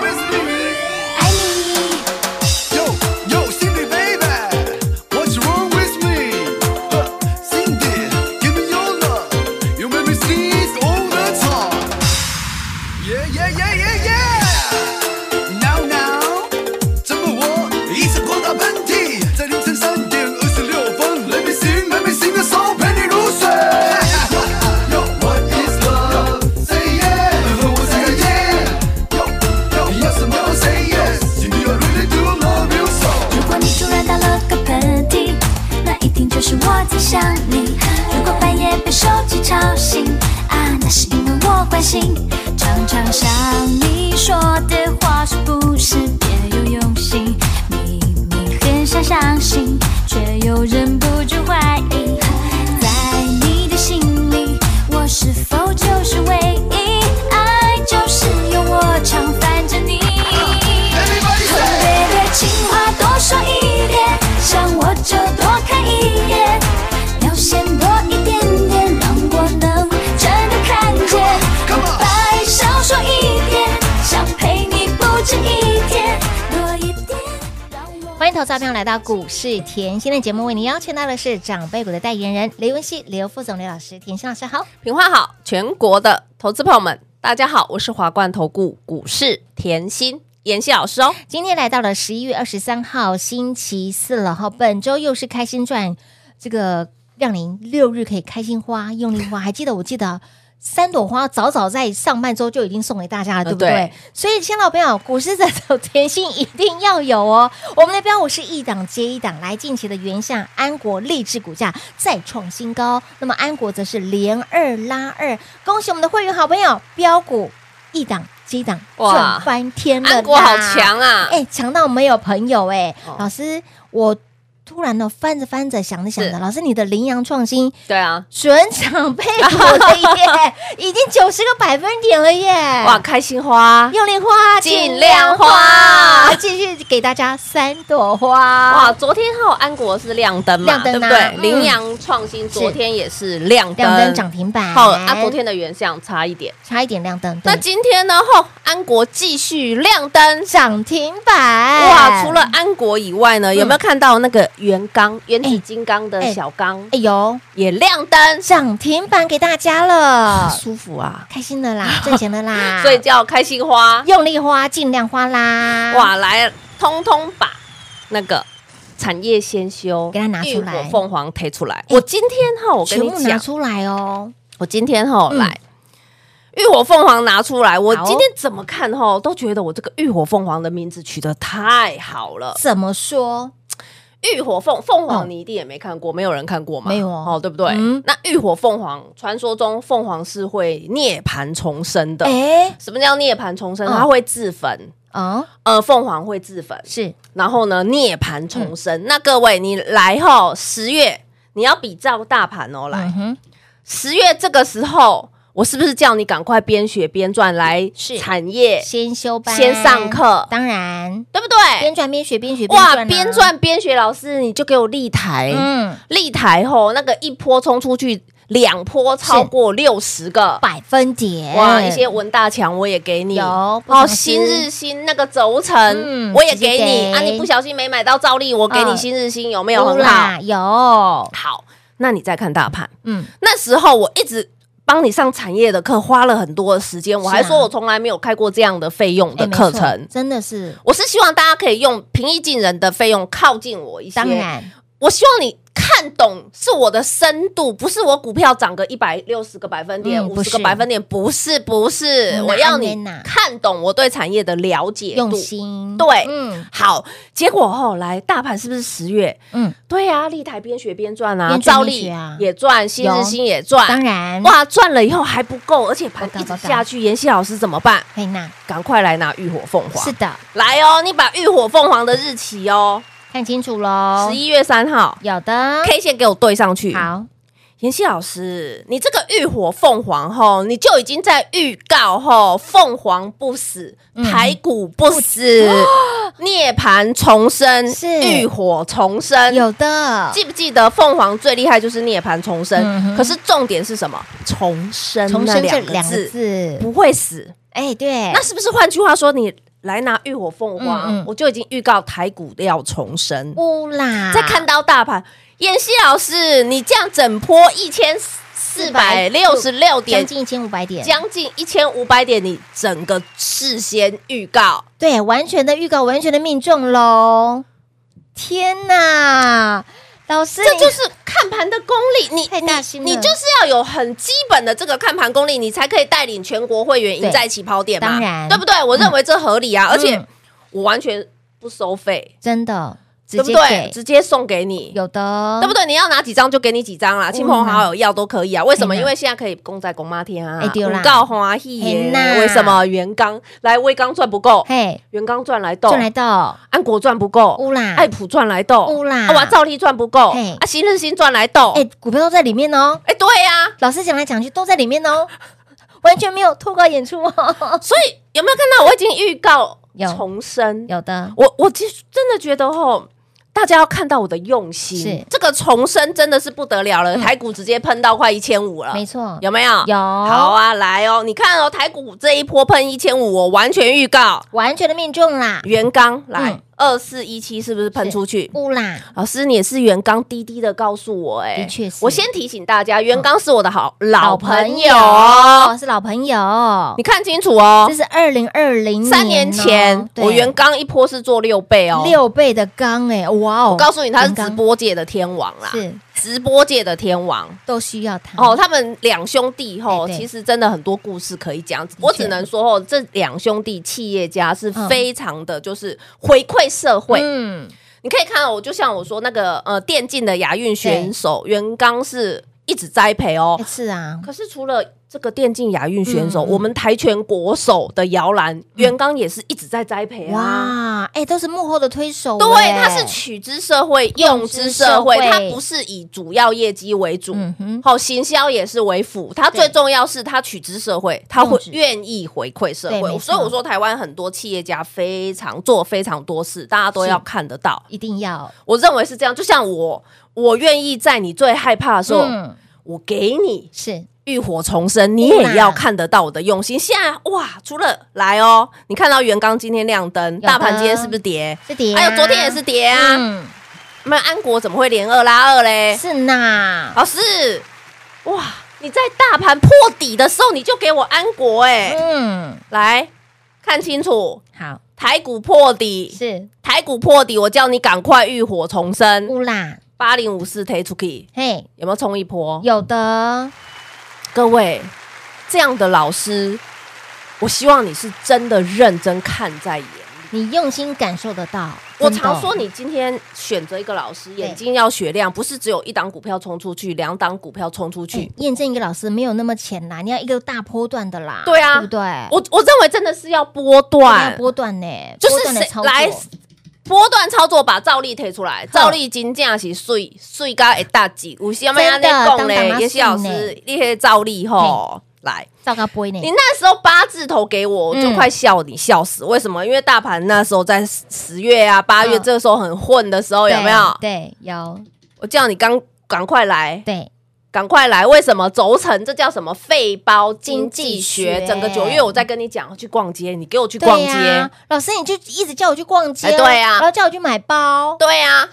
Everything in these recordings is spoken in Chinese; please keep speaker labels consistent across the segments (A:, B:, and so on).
A: with me? Yo yo, Cindy baby, what's wrong with me? Huh, Cindy, give me your love, you make me sneeze all the time. Yeah yeah yeah yeah yeah. Now now，这么我一直狂打喷嚏，在凌晨三点二十六分，Let me sing，Let me sing a song，陪你入睡。Yo what is love？Say yeah，我在感言。Yo yo，要什么 say yes？You know I really do love you so。
B: 如果你突然打了个喷嚏，那一定就是我在想你。如果半夜被手机吵醒，啊，那是因为我关心。常常想你说的话是不是别有用心？明明很想相信，却又忍不住怀疑。在你的心里，我是否就是唯一？爱就是由我常烦着你。
A: Everybody say。
B: baby，情话多说一点，想我就多看一眼，表现多一点点，让我能真的看见。
A: Come on
B: 白少说一点，想陪你不止一天，多一点让我。
C: 欢迎投资朋友来到股市甜心的节目，为您邀请到的是长辈股的代言人雷文熙、刘副总、刘老师、甜心老师好。
D: 平花好，全国的投资朋友们，大家好，我是华冠投顾股市甜心妍希老师哦。
C: 今天来到了十一月二十三号星期四了哈，本周又是开心赚，这个让您六日可以开心花、用力 花。还记得我记得三朵花早早在上半周就已经送给大家了，对不对？
D: 呃对
C: 所以，亲老朋友，股市的走甜心一定要有哦。我们的标股是一档接一档，来近期的原相安国励志股价再创新高，那么安国则是连二拉二，恭喜我们的会员好朋友标股一档接一档
D: 哇
C: 赚翻天了啦，
D: 安国好强啊！
C: 哎、强到没有朋友哎、
D: 哦
C: 老师，我突然呢翻着翻着，想着想着，
D: 是
C: 老师你的羚羊创新
D: 对啊，
C: 准长辈股了耶，已经九十个百分点了耶！
D: 哇，，开心花，啊
C: 用力花，
D: 尽量花
C: 继续给大家三朵花。
D: 哇，哦昨天还有安国是亮灯嘛，
C: 亮灯啊
D: 对不对？
C: 嗯
D: 羚羊创新昨天也是亮灯，
C: 亮灯涨停板，
D: 好啊，昨天的原相差一点。
C: 差一点亮灯，
D: 那
C: 对，
D: 今天呢？吼，安国继续亮灯。
C: 涨停板
D: 哇，除了安国以外呢，有没有看到那个原钢、原子金刚
C: 嗯哎
D: 的小钢
C: 哎呦
D: 也亮灯？
C: 涨停板给大家了，
D: 舒服啊！
C: 开心了啦，赚钱了啦，
D: 所以叫开心花。
C: 用力花，尽量花啦！
D: 哇，来，通通把那个产业先修，
C: 给它拿出来
D: 浴火凤凰推出来。我今天哈，我
C: 全
D: 跟你
C: 部拿
D: 讲，
C: 出来哦！
D: 我今天哈
C: 嗯
D: 来。浴火凤凰拿出来，我
C: 好哦
D: 今天怎么看哈，都觉得我这个浴火凤凰的名字取得太好了。
C: 呃怎么说？
D: 浴火凤凤
C: 嗯
D: 凰你一定也没看过，没有人看过嘛？
C: 没有哦
D: 哦，对不对
C: 嗯？
D: 那浴火凤凰，传说中凤凰是会涅槃重生的。
C: 哎，
D: 什么叫涅槃重生？
C: 嗯
D: 它会自焚，
C: 哦，
D: 呃，凤凰会自焚，
C: 是
D: 然后呢，涅槃重
C: 嗯
D: 生。那各位，你来后十月，你要比照大盘哦来。
C: 嗯哼，
D: 十、月这个时候，我是不是叫你赶快边学边赚来
C: 是
D: 产业，
C: 先修班，
D: 先上课
C: 当然
D: 对不
C: 边
D: 对？
C: 转边学，边学
D: 哇，
C: 啊
D: 边，赚边学，老师你就给我立台，
C: 嗯，
D: 立台后那个一波冲出去，两波超过六十个。
C: 百分点
D: 哇，一些文大强我也给你，
C: 哎有不
D: 哦，
C: 藏私
D: 新日新那个轴承、
C: 嗯
D: 我也
C: 直接
D: 给
C: 给
D: 你啊，你不小心没买到照例，我给你
C: 嗯
D: 新日新，有没有
C: 有
D: 很好？
C: 啦，有，
D: 好，那你再看大盘，
C: 嗯，
D: 那时候我一直帮你上产业的课，花了很多的时间，我还
C: 是啊
D: 说我从来没有开过这样的费用
C: 哎
D: 的课程。
C: 没错真的是，
D: 我是希望大家可以用平易近人的费用靠近我一些。
C: 当，然
D: 我希望你看懂是我的深度，不是我股票涨个一百六十个百分点、
C: 嗯
D: 五
C: 不
D: 十个
C: 是
D: 百分点，不是不是，
C: 嗯
D: 我要
C: 安
D: 你
C: 慰呐
D: 看懂我对产业的了解
C: 用
D: 度。
C: 心，
D: 对
C: 嗯
D: 好，结果后来大盘是不是十月
C: 嗯，
D: 对啊，立台边学边赚啊，
C: 边赚
D: 照
C: 边
D: 例
C: 学啊
D: 也赚，新
C: 有
D: 日新也赚，
C: 当然哇，
D: 哇，赚了以后还不够，而且盘
C: 不够
D: 一直
C: 不够
D: 下去，妍希老师怎么办？
C: 嘿娜，
D: 赶快来拿浴火凤凰，
C: 是的，
D: 来哦，你把浴火凤凰的日期哦，
C: 看清楚喽
D: 十。一月三号
C: 有的，
D: K 线给我对上去。
C: 好，
D: 妍希老师，你这个浴火凤凰吼，你就已经在预告吼，凤凰不死，
C: 嗯
D: 排骨不死， 涅盘重生，
C: 是
D: 浴火重生。
C: 有的，
D: 记不记得凤凰最厉害就是涅盘重生？
C: 嗯哼
D: 可是重点是什么？重生，
C: 重申这
D: 两
C: 两个字，
D: 不会死。
C: 哎，对，
D: 那是不是换句话说，你来拿浴火凤凰，
C: 嗯嗯
D: 我就已经预告台股要重生？
C: 乌啦，
D: 再看到大盘，妍希老师，你这样整波一千四百六十六
C: 将
D: 点，
C: 近一千五百点，
D: 将近一千五百点，你整个事先预告，
C: 对，完全的预告，完全的命中喽！天哪，老师，
D: 这就是看盘的功力。你
C: 太大心了
D: 你，你就是要有很基本的这个看盘功力，你才可以带领全国会员赢在起跑点嘛，
C: 当然
D: 对不对？我认为这合理啊，而且
C: 嗯
D: 我完全不收费，
C: 真的直
D: 对不
C: 接
D: 对？
C: 给
D: 直接送给你。
C: 有的，哦
D: 对不对？你要拿几张就给你几张
C: 嗯
D: 啦，亲朋好友要都可以啊。为什么？
C: 嘿呐
D: 因为现在可以公仔公妈天啊
C: 嗯哎，对啦
D: 五告欢喜
C: 嘿
D: 耶
C: 呐。
D: 为什么？元刚来威刚赚不够，
C: 嘿，
D: 元刚赚来斗
C: 赚，来到
D: 安国赚不够，
C: 乌啦，
D: 爱普赚来斗，
C: 有啦
D: 啊哇兆利赚不够
C: 嘿，
D: 啊新日新赚来斗，
C: 哎，股票都在里面哦。
D: 哎对呀。
C: 老师讲来讲去都在里面哦， 完全没有脱稿演出 哦。
D: 所以有没有看到我已经预告
C: 有
D: 重生？
C: 有的，
D: 我我其实真的觉得吼。大家要看到我的用心
C: 是，嗯
D: 这个重生真的是不得了了，台股直接喷到快一千五了，
C: 没错，
D: 有没有？
C: 有
D: 好啊，来哦！你看哦，台股这一波喷一千五，我完全预告
C: 完全的命中啦，
D: 元刚来
C: 嗯
D: 二四一七是不是喷出去？
C: 乌啦，
D: 老师，你也是元刚滴滴的告诉我、哎，
C: 的确是
D: 我先提醒大家，元刚是我的好、老朋友，
C: 哦是老朋友
D: 你，看清楚哦
C: 这。是二零二零哦
D: 三年前，我元刚一波是做六倍哦。
C: 六倍的钢哎，哇哦！
D: 我告诉你，他是
C: 元刚
D: 直播界的天王啦，
C: 是
D: 直播界的天王。
C: 都需要它
D: 哦，他们两兄弟吼，
C: 哎对
D: 其实真的很多故事可以讲。我只能说吼，这两兄弟企业家是非常的，就是回馈社会。
C: 嗯，
D: 你可以看到，我就像我说那个呃，电竞的亚运选手袁刚是一直栽培哦
C: 哎。是啊，
D: 可是除了这个电竞亚运选手，
C: 嗯嗯嗯
D: 我们台拳国手的摇篮袁刚也是一直在栽培啊。
C: 哇，哎，都是幕后的推手哎，
D: 对，他是取之社会，用之社会，
C: 用之社
D: 他
C: 会
D: 不是以主要业绩为主，
C: 嗯哼，
D: 好，行销也是为辅，它最重要是它取之社会，它会
C: 用之
D: 愿意回馈社
C: 对没
D: 会。
C: 错
D: 所以我说，台湾很多企业家非常做非常多事，大家都要看得到。
C: 一定要
D: 我认为是这样，就像我，我愿意在你最害怕的时候，
C: 嗯
D: 我给你
C: 是
D: 浴火重生，你
C: 对啦
D: 也要看得到我的用心。现在哇，除了来哦，你看到元刚今天亮灯，
C: 的
D: 大盘今天是不是跌？
C: 是跌啊，
D: 还有哎昨天也是跌啊，哎
C: 嗯，
D: 那、安国怎么会连二拉二嘞？
C: 是呐，
D: 老师，哇，你在大盘破底的时候，你就给我安国哎、
C: 嗯，
D: 来看清楚，
C: 好
D: 台股破底，
C: 是
D: 台股破底，我叫你赶快浴火重生，
C: 乌啦，
D: 八零五四推出去，
C: 嘿，
D: 有没有冲一波？
C: 有的
D: 各位，这样的老师，我希望你是真的认真看在眼里。
C: 你用心感受得到，
D: 我
C: 真的
D: 常说，你今天选择一个老师，眼
C: 对
D: 睛要雪亮，不是只有一档股票冲出去，两档股票冲出去
C: 哎，验证一个老师没有那么浅啦，你要一个大波段的啦，
D: 对啊
C: 对不对？
D: 我我认为真的是要波
C: 要
D: 段，
C: 啊波段呢，
D: 就是
C: 波段的
D: 谁
C: 操作
D: 来波段操作把照例推出来，照例金价是碎碎加一大几，有些么样在讲
C: 真的当
D: 呢
C: 当？
D: 叶希老
C: 当
D: 师，那些照例吼。来，
C: 照个波呢
D: 你，那时候八字头给我，我就
C: 嗯
D: 快笑你笑死。为什么？因为大盘那时候在十十月啊、八月
C: 嗯
D: 这个时候很混的时候，哦有没有？
C: 对，对有，
D: 我叫你刚赶快来，
C: 对，
D: 赶快来！为什么轴承这叫什么肺包经济
C: 经济
D: 学？
C: 学
D: 整个九月我在跟你讲去逛街，你给我去逛
C: 对啊
D: 街
C: 呀，老师你就一直叫我去逛街，哦
D: 哎对啊
C: 然后叫我去买包，
D: 对呀、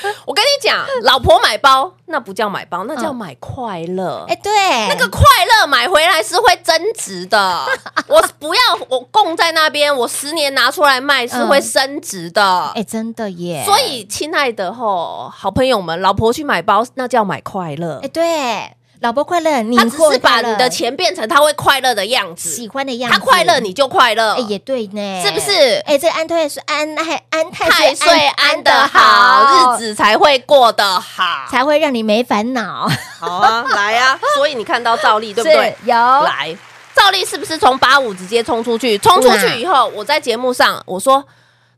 D: 我跟你讲，老婆买包那不叫买包，那叫
C: 嗯
D: 买快乐。
C: 哎，对，
D: 那个快乐买回来是会增值的， 我不要我供在那边，我十年拿出来卖是会升值的。
C: 哎，真的耶，
D: 所以，亲爱的吼，好朋友们，老婆去买包那叫买快乐
C: 哎，，对，老婆快乐，你
D: 她只
C: 过
D: 是
C: 得
D: 把
C: 快
D: 你
C: 乐
D: 的钱变成她会快乐的样子，
C: 喜欢的样子，
D: 她快乐你就快乐
C: 哎，，也对呢，
D: 是不？是？
C: 哎，这安泰是安泰安泰
D: 太岁安的好，日子才会过得好。
C: 才会让你没烦恼，
D: 好啊，来啊！所以你看到照例对不对？
C: 是？有
D: 来，照例是不是从八五直接冲出去？冲出去以后，我在节目上我说。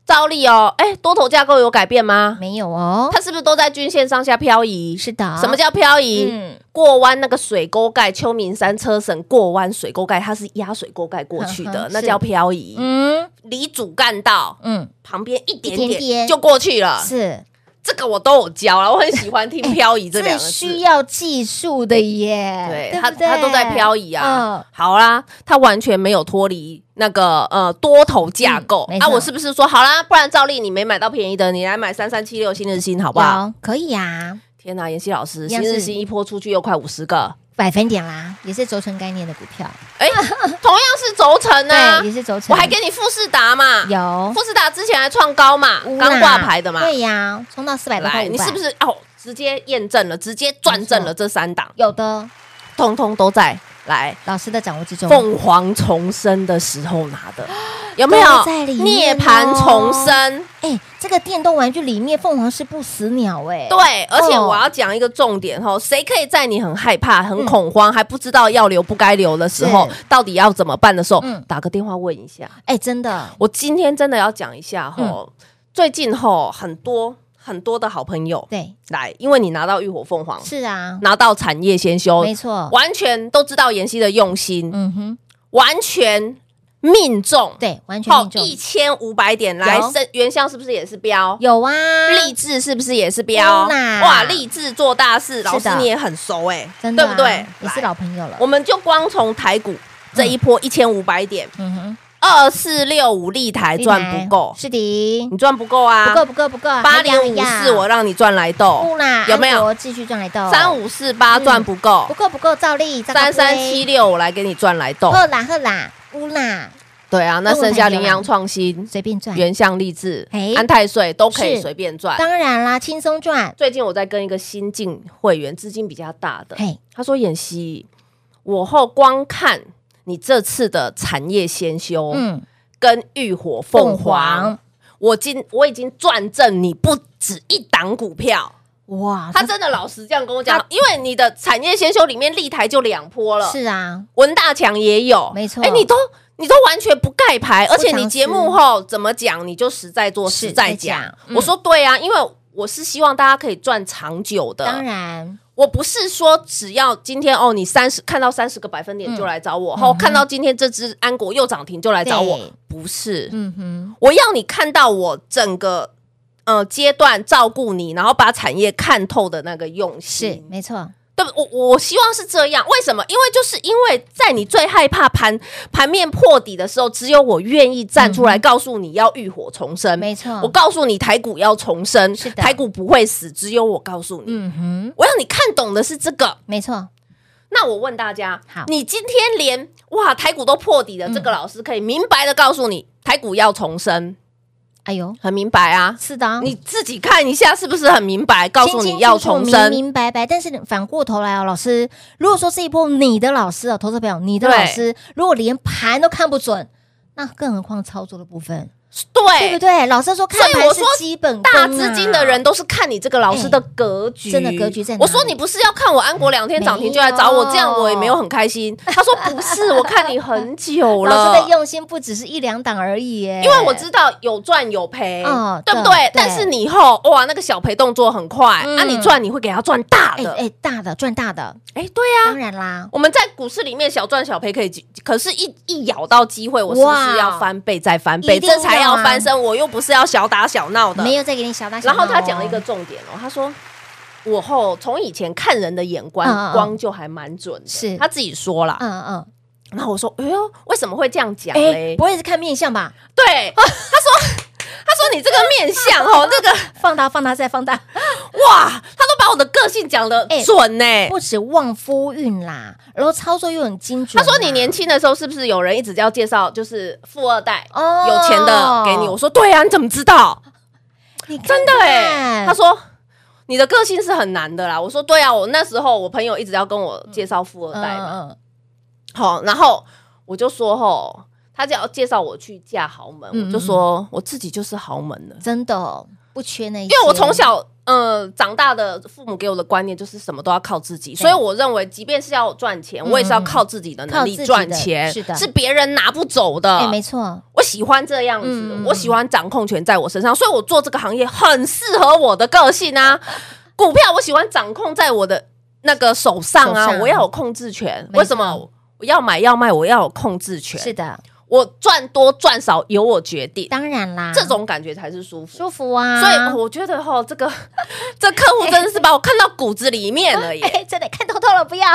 D: 照例哦，哎，多头架构有改变吗？
C: 没有哦，
D: 它是不是都在均线上下漂移？
C: 是的
D: 什么叫漂移？
C: 嗯
D: 过弯那个水沟盖，秋名山车神过弯水沟盖，它是压水沟盖过去
C: 呵呵
D: 的，
C: 是
D: 那叫漂移。
C: 嗯
D: 离主干道
C: 嗯，
D: 旁边一点
C: 一点点
D: 点就过去了，
C: 是
D: 这个我都有教了，我很喜欢 听“漂移”这两个字。
C: 需要技术的耶，
D: 对
C: 哎不
D: 它，它都在漂移啊
C: 嗯。
D: 好啦，它完全没有脱离那个呃多头架构
C: 嗯没
D: 啊。
C: 错
D: 我是不是说好啦？不然照例你没买到便宜的，你来买三三七六新日新好不好？
C: 有可以啊，
D: 天哪，妍希老师，
C: 一样
D: 新
C: 是
D: 日新一波出去又快五十个，
C: 百分点啦，也是轴承概念的股票，
D: 哎， 同样是轴承啊
C: 对，，也是轴承，
D: 我还给你富士达嘛，
C: 有
D: 富士达之前还创高嘛
C: 乌，啦
D: 刚挂牌的嘛，
C: 对呀，冲到四百多块，
D: 来，你是不
C: 是
D: 是哦？直接验证了，直接转正了这三档，
C: 有的？
D: 通通都在来
C: 老师的掌握之中，
D: 凤凰重生的时候拿的， 有没有
C: 都在里面哦
D: 涅槃重生？
C: 哎，这个电动玩具里面凤凰是不死鸟哎，
D: 对，而且我要讲一个重点哦，谁可以在你很害怕、很恐慌、还不知道要留不该留的时候
C: 嗯是，
D: 到底要怎么办的时候
C: 嗯，
D: 打个电话问一下。
C: 哎，真的，
D: 我今天真的要讲一下吼，
C: 嗯
D: 最近吼很多很多的好朋友
C: 对，
D: 来，因为你拿到浴火凤凰，
C: 是啊，
D: 拿到产业先修，
C: 没错，
D: 完全都知道妍希的用心，
C: 嗯哼，
D: 完全命中，
C: 对，完全
D: 好
C: 命中，
D: 一千五百点来
C: 有，
D: 生原香是不是也是标？
C: 有啊，
D: 励志是不是也是标？
C: 有啦
D: 哇，励志做大事，老师
C: 的
D: 你也很熟哎，
C: 真的
D: 对
C: 啊
D: 不对？
C: 也是
D: 来，
C: 老朋友了
D: 我，们就光从台股这一波一千五百点，
C: 嗯哼，
D: 二四六五立台赚不够，
C: 是的，
D: 你赚不够啊？
C: 不够，哎不够不够，
D: 八
C: 还
D: 零
C: 两
D: 五
C: 样
D: 四我让你赚来
C: 不
D: 豆，
C: 啦，
D: 有没有
C: 安国继续赚来豆
D: 三五四八
C: 嗯
D: 赚不够
C: 不，够不够，照例照
D: 三
C: 个
D: 三
C: 规
D: 七六我来给你赚来豆。
C: 赫啦赫啦乌啦，
D: 对啊，那
C: 跟我
D: 剩下
C: 朋友啊
D: 羚羊创新、
C: 随便赚，
D: 原相励志
C: 哎、
D: 安泰税都可以
C: 是
D: 随便赚。
C: 当然啦，轻松赚，
D: 最近我在跟一个新进会员，资金比较大的，
C: 嘿，
D: 他说：“演希，我后光看你这次的产业先修，
C: 嗯，
D: 跟浴火凤凰，
C: 凤
D: 我今我已经转正你不止一档股 票。”
C: 哇，
D: 哦他真的老实这样跟我讲，因为你的产业先修里面立台就两波了，
C: 是啊，
D: 文大强也有，
C: 没错
D: 哎，你都你都完全不盖牌，而且你节目
C: 不
D: 后怎么讲，你就实在做
C: 是
D: 实在
C: 在
D: 讲
C: 讲。嗯
D: 我说对啊，因为我是希望大家可以赚长久的。
C: 当，然
D: 我不是说只要今天哦，你三十看到三十个百分点就来找我，后看到今天这只安国又涨停就来找我
C: 嗯对，
D: 不是。
C: 嗯哼，
D: 我要你看到我整个呃阶段照顾你，然后把产业看透的那个用心。
C: 是没错，
D: 对，我我希望是这样。为什么？因为就是因为在你最害怕盘盘面破底的时候，只有我愿意站出来告诉你要浴火重生。
C: 嗯没错
D: 我告诉你台股要重生，
C: 是的
D: 台股不会死，只有我告诉你。
C: 嗯哼，
D: 我要你看懂的是这个。
C: 没错，
D: 那我问大家，
C: 好
D: 你今天连哇台股都破底了，这个老师可以明白的告诉你，台股要重生，
C: 哎呦，
D: 很明白啊。
C: 是的啊，
D: 你自己看一下是不是很明白？告诉你要重
C: 清清楚楚
D: 生，
C: 明明白白。但是反过头来哦，老师，如果说这一波你的老师哦，投资朋友，你的老师如果连盘都看不准，那更何况操作的部分，对不对？老师说看
D: 所以
C: 盘
D: 我
C: 是
D: 说
C: 基本、啊
D: 大资金的人。都是看你这个老师的格局，
C: 哎真的格局在哪里
D: 我说你不是要看我安国两天涨停就来找我，
C: 没有
D: 这样我也没有很开心。他说不是，我看你很久
C: 老师
D: 了
C: 的，用心不只是一两档而已耶，
D: 因为我知道有赚有赔
C: 哦，
D: 对不
C: 对
D: 对
C: 对？
D: 但是你以后哇，那个小赔动作很快，
C: 嗯
D: 那你赚你会给他赚大
C: 哎
D: 的，
C: 哎大的赚大的，
D: 哎，对呀
C: 当。然啦，
D: 我们在股市里面小赚小赔可以几，可是一，一咬到机会，我是不
C: 哇
D: 是要翻倍再翻倍？
C: 一定要啊
D: 这才要翻身，我又不是要小打小闹的。
C: 没有再给你小打小
D: 然
C: 闹哦。
D: 后他讲了一个重点哦，他说我后从以前看人的眼光、
C: 嗯嗯嗯
D: 光就还蛮准的，
C: 是
D: 他自己说啦。
C: 嗯嗯，
D: 然后我说，哎呦，为什么会这样讲
C: 哎，
D: 嘞？
C: 不会是看面相吧？
D: 对，他说他说你这个面 相哦，这个
C: 放大放大再放大，
D: 哇，他都把我的个性讲的
C: 哎
D: 准呢。
C: 不止旺夫运啦，然后操作又很精准啊
D: 他
C: 啦。
D: 说：“你年轻的时候是不是有人一直要介绍，就是富二代、
C: 哦
D: 有钱的给你？”我说：“对啊，你怎么知道？
C: 你看
D: 真的哎、
C: 看
D: 他说你的个性是很难的啦。我说对啊，我那时候我朋友一直要跟我介绍富二代嘛，
C: 嗯嗯
D: 好、然后我就说吼，他就要介绍我去嫁豪门，
C: 嗯
D: 我就说我自己就是豪门的，
C: 嗯真的哦不缺那一些，
D: 因为我从小呃，长大的父母给我的观念就是什么都要靠自己，所以我认为，即便是要赚钱，我也是要靠自己的能力
C: 嗯靠自己的
D: 赚钱，
C: 是的
D: 是别人拿不走的。
C: 哎，没错，
D: 我喜欢这样子，
C: 嗯
D: 我喜欢掌控权在我身上，所以我做这个行业很适合我的个性啊。股票我喜欢掌控在我的那个手上啊，
C: 手上
D: 我要有控制权。
C: 没错
D: 为什么我要买要卖，我要有控制权？
C: 是的，
D: 我赚多赚少由我决定，
C: 当然啦，
D: 这种感觉才是舒服。
C: 舒服啊，
D: 所以我觉得哈，这个 这客户真的是把我看到骨子里面了耶。
C: 哎，真的看透透了，不 要。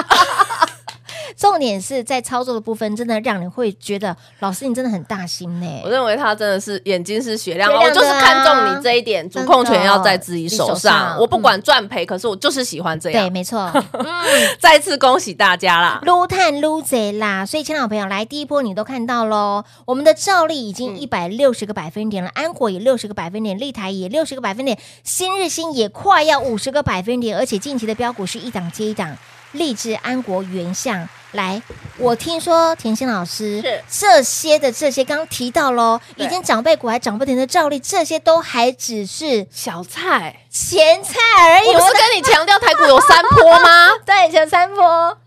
C: 重点是在操作的部分，真的让人会觉得老师你真的很大心呢、
D: 我认为他真的是眼睛是雪亮，哦
C: 雪亮的啊
D: 我就是看中你这一点，主
C: 真的
D: 控权要在自己
C: 自
D: 手
C: 己手上嗯
D: 上。我不管赚赔，可是我就是喜欢这
C: 对，
D: 样。
C: 没错，
D: 再次恭喜大家 啦！
C: 撸探撸贼啦！所以，亲爱的朋友，来第一波你都看到喽，我们的照例已经一百六十个百分点了，安火也六十个百分点，立台也六十个百分点，新日新也快要五十个百分点，而且近期的标股是一档接一档，励志、安国、原相。来，我听说田心老师
D: 是
C: 这些的这些刚刚提到喽，
D: 对
C: 已经长辈股还涨不停的照例，这些都还只是
D: 小菜，
C: 前菜而已。
D: 我不是
C: 的
D: 跟你强调台股有三波 吗？
C: 对前三波，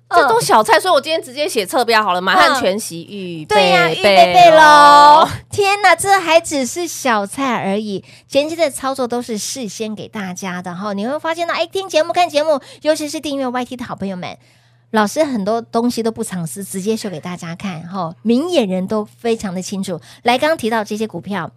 D: 这
C: 嗯
D: 都小菜，所以我今天直接写侧标好了，满汉
C: 嗯
D: 全席预备
C: 对呀、预备备喽！天哪，这还只是小菜而已，前期的操作都是事先给大家的哈。你会发现到，哎，听节目、看节目，尤其是订阅 YT 的好朋友们。老师很多东西都不藏私，直接秀给大家看哈，明眼人都非常的清楚。来，刚刚提到这些股票，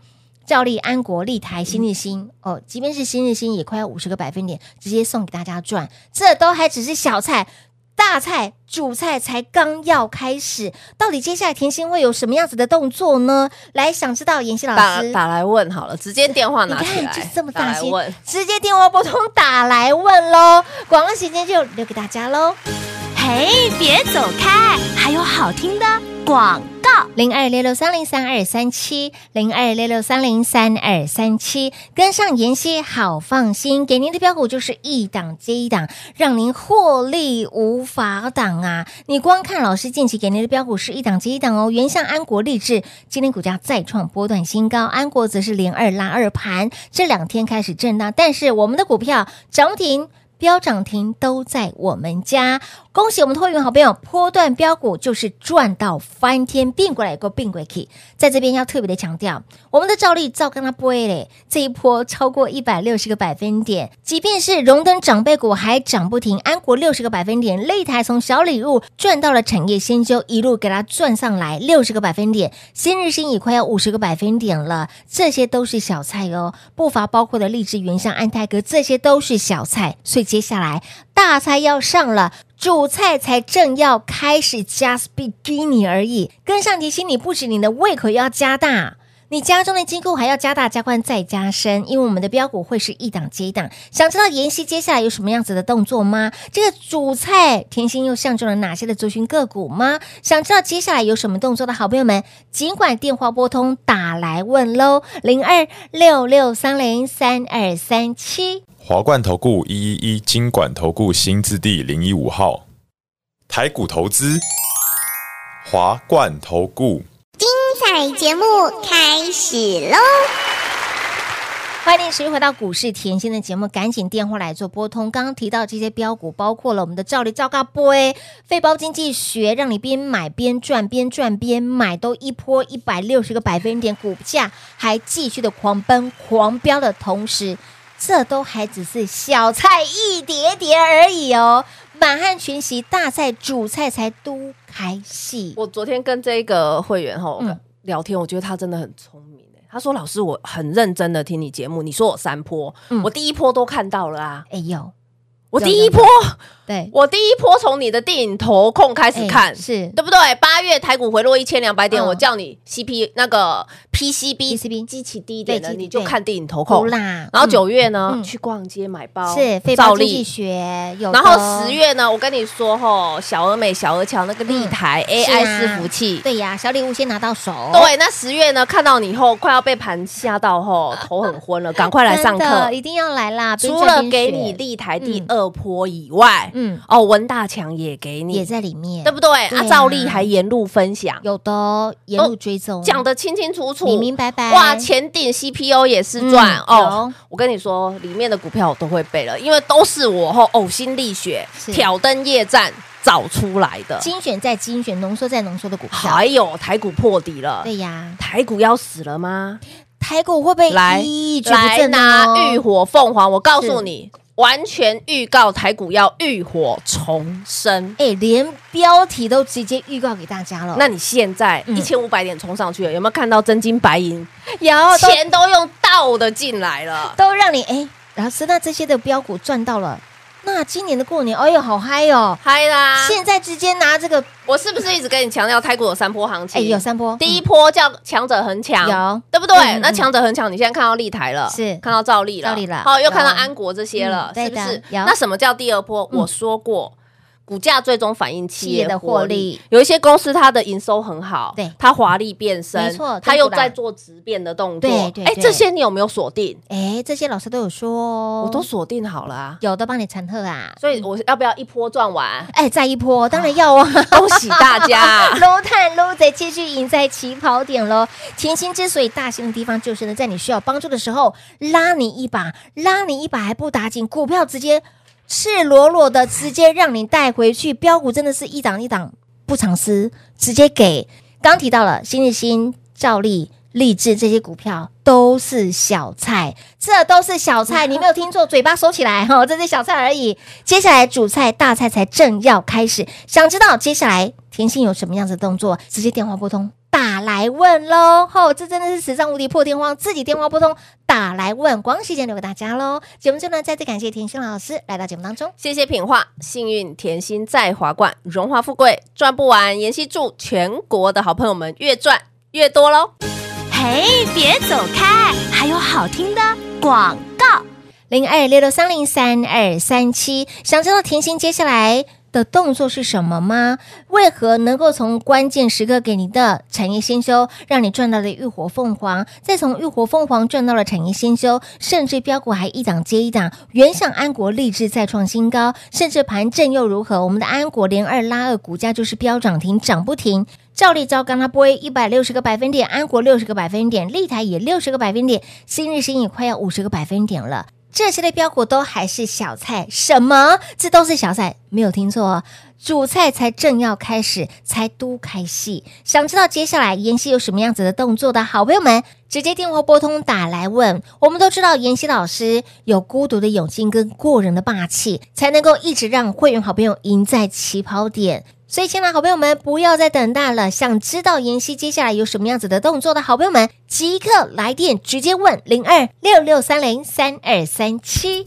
C: 照例安国、立台、新
D: 嗯
C: 日新、哦，即便是新日新也快要五十个百分点，直接送给大家赚，这都还只是小菜。大菜、主菜才刚要开始，到底接下来甜心会有什么样子的动作呢？来，想知道妍希老
D: 打
C: 师
D: 打来问好了，直接电话
C: 你
D: 拿起
C: 看，
D: 来
C: 就是，这么
D: 打
C: 大
D: 来
C: 心
D: 问。，
C: 直接电话拨通打来问喽。广告时间就留给大家喽。
E: 嘿，哎别走开，还有好听的广告。
C: 零二六六三零三二三七，零二六六三零三二三七，跟上妍希好放心，给您的标股就是一档接一档，让您获利无法挡啊！你光看老师近期给您的标股是一档接一档哦，原像安国励志今天股价再创波段新高，安国则是连二拉二盘，这两天开始震荡，但是我们的股票涨不停。标涨停都在我们家。恭喜我们的会员好朋友，波段标股就是赚到翻天，并过来过并过去。在这边要特别的强调，我们的照例照跟他播嘞，这一波超过一百六十个百分点，即便是荣登长辈股还涨不停，安国六十个百分点，擂台从小礼物赚到了产业先修，一路给它赚上来六十个百分点，新日新也快要五十个百分点了，这些都是小菜哦，不乏包括的励志、原相、安泰格，这些都是小菜，所以接下来大菜要上了。主菜才正要开始，just beginning 而已。跟上提醒你，不止你的胃口要加大，你家中的金库还要加大、加宽、再加深，因为我们的标股会是一档接一档。想知道妍希接下来有什么样子的动作吗？这个主菜甜心又相中了哪些的族群个股吗？想知道接下来有什么动作的好朋友们，尽管电话拨通打来问喽，零二六六三零三二三七。
F: 华冠投顾一一一金管投顾新字第零一五号，台股投资，华冠投顾。
G: 彩节目开始喽！
C: 欢迎持续回到股市甜心的节目，赶紧电话来做拨通。刚刚提到这些标股，包括了我们的照例照嘎波诶，肺包经济学，让你边买边赚，边赚边买，都一波一百六十个百分点，股价还继续的狂奔狂飙的同时，这都还只是小菜一碟碟而已哦。满汉全席大菜主菜才都开戏，
D: 我昨天跟这个会员吼
C: 嗯
D: 聊天，我觉得他真的很聪明欸他说：“老师，我很认真的听你节目，你说我三波，
C: 嗯
D: 我第一波都看到了啊，
C: 哎呦，
D: 我
C: 有
D: 第一
C: 有
D: 波，
C: 对，
D: 我第一波从你的电影投控开始看，
C: 哎是
D: 对不对？八月台股回落一千两百点，
C: 嗯
D: 我叫你 CP 那个 PCB
C: PCB
D: 激起低一点的，
C: 对
D: 你就
C: 对
D: 看电影投
C: 好
D: 控。
C: 啦，
D: 然后
C: 嗯
D: 九月呢
C: 嗯，
D: 去逛街买包，
C: 是肺
D: 哦照
C: 包经济
D: 例。
C: 学有的，哦
D: 然后十月呢，我跟你说吼，小而美、小而巧那个立台
C: 是
D: AI
C: 啊
D: 伺服器。
C: 对呀，小礼物先拿到手。
D: 对，那十月呢？看到你后快要被盘吓到后，头很昏了，赶快来
C: 真
D: 上
C: 的
D: 课。
C: 一定要来啦！边
D: 除
C: 赚
D: 了
C: 边
D: 给
C: 学
D: 你立台第
C: 嗯
D: 二热坡以外，
C: 嗯
D: 嗯，哦，文大强也给你，
C: 也在里面，
D: 对不对？
C: 对啊
D: 啊，照例还沿路分享，
C: 有的哦沿路追踪，
D: 讲得清清楚楚，
C: 明明白白。
D: 哇，前顶 CPU 也是赚、
C: 嗯
D: 哦！我跟你说，里面的股票我都会背了，因为都是我吼呕心沥血
C: 是
D: 挑灯夜战找出来的。
C: 精选再精选，浓缩再浓缩的股票
D: 还，有台股破底了，
C: 对哎呀，
D: 台股要死了吗？
C: 台股会不会
D: 来
C: 一蹶不
D: 来
C: 振呢哦
D: 拿浴火凤凰，我告
C: 是
D: 诉你，完全预告台股要浴火重生。
C: 哎，连标题都直接预告给大家了。
D: 那你现在
C: 嗯
D: 一千五百点冲上去了，有没有看到真金白银？
C: 有哦都
D: 钱都用倒的进来了。
C: 都让你哎，老师，那这些的标股赚到了，那今年的过年，哎呦，好嗨哦！
D: 嗨啦！
C: 现在直接拿这个，
D: 我是不是一直跟你强调台股有三波行
C: 哎，
D: 情？
C: 有三波，
D: 第一波叫强者恒强，
C: 有
D: 对不对
C: 嗯嗯？
D: 那强者恒强，你现在看到立台了，
C: 是
D: 看到兆利了，
C: 兆利了
D: 好，又
C: 有啊
D: 看到安国这些了，
C: 嗯
D: 是不
C: 对
D: 是
C: 的？有
D: 那什么叫第二波？
C: 嗯
D: 我说过。股价最终反映
C: 企
D: 企
C: 业
D: 业
C: 的
D: 的
C: 获
D: 获
C: 利
D: 利，有一些公司它的营收很好，
C: 对
D: 它华丽变身，
C: 没错
D: 它又
C: 政府啦
D: 在做质变的动作，
C: 对对
D: 哎，
C: 对
D: 这些你有没有锁定？
C: 哎，这些老师都有说哦，
D: 我都锁定好了啊，
C: 有的帮你传贺啊，？
D: 所以我要不要一波赚完
C: 哎，再一波，当然要啊。
D: 恭喜大 家！
C: 撸探撸贼继续赢在起跑点喽。甜心之所以大型的地方，就是呢，在你需要帮助的时候拉你一把，拉你一把还不打紧，股票直接赤裸裸的直接让你带回去。标股真的是一档一档不藏私，直接给。刚提到了新日新、兆利、励志这些股票都是小菜，这都是小菜，你没有听错，嘴巴收起来哈、哦，这是小菜而已。接下来主菜、大菜才正要开始，想知道接下来甜心有什么样子的动作，直接电话拨通。打来问喽，吼、这真的是史上无敌破天荒，自己电话拨通打来问，光时间留给大家喽。节目最后呢，再次感谢甜心老师来到节目当中。
D: 谢谢品画，幸运甜心在华冠，荣华富贵赚不完。妍希祝全国的好朋友们越赚越多喽！
E: 嘿，别走开，还有好听的广告。
C: 零二六六三零三二三七。想知道甜心接下来的动作是什么吗？为何能够从关键时刻给你的产业先修，让你赚到了浴火凤凰，再从浴火凤凰赚到了产业先修，甚至标股还一档接一档，原想安国励志再创新高，甚至盘正又如何？我们的安国连二拉二，股价就是飙涨停，涨不停。照例招刚它波一百六十个百分点，安国六十个百分点，立台也六十个百分点，新日新也快要五十个百分点了。这些的标股都还是小菜，什么？这都是小菜，没有听错哦。主菜才正要开始，才都开戏。想知道接下来妍希有什么样子的动作的好朋友们，直接电话拨通打来问。我们都知道妍希老师有孤独的勇气跟过人的霸气，才能够一直让会员好朋友赢在起跑点。所以，亲爱的好朋友们，不要再等待了。想知道妍希接下来有什么样子的动作的好朋友们，即刻来电直接问零二六六三零三二三七。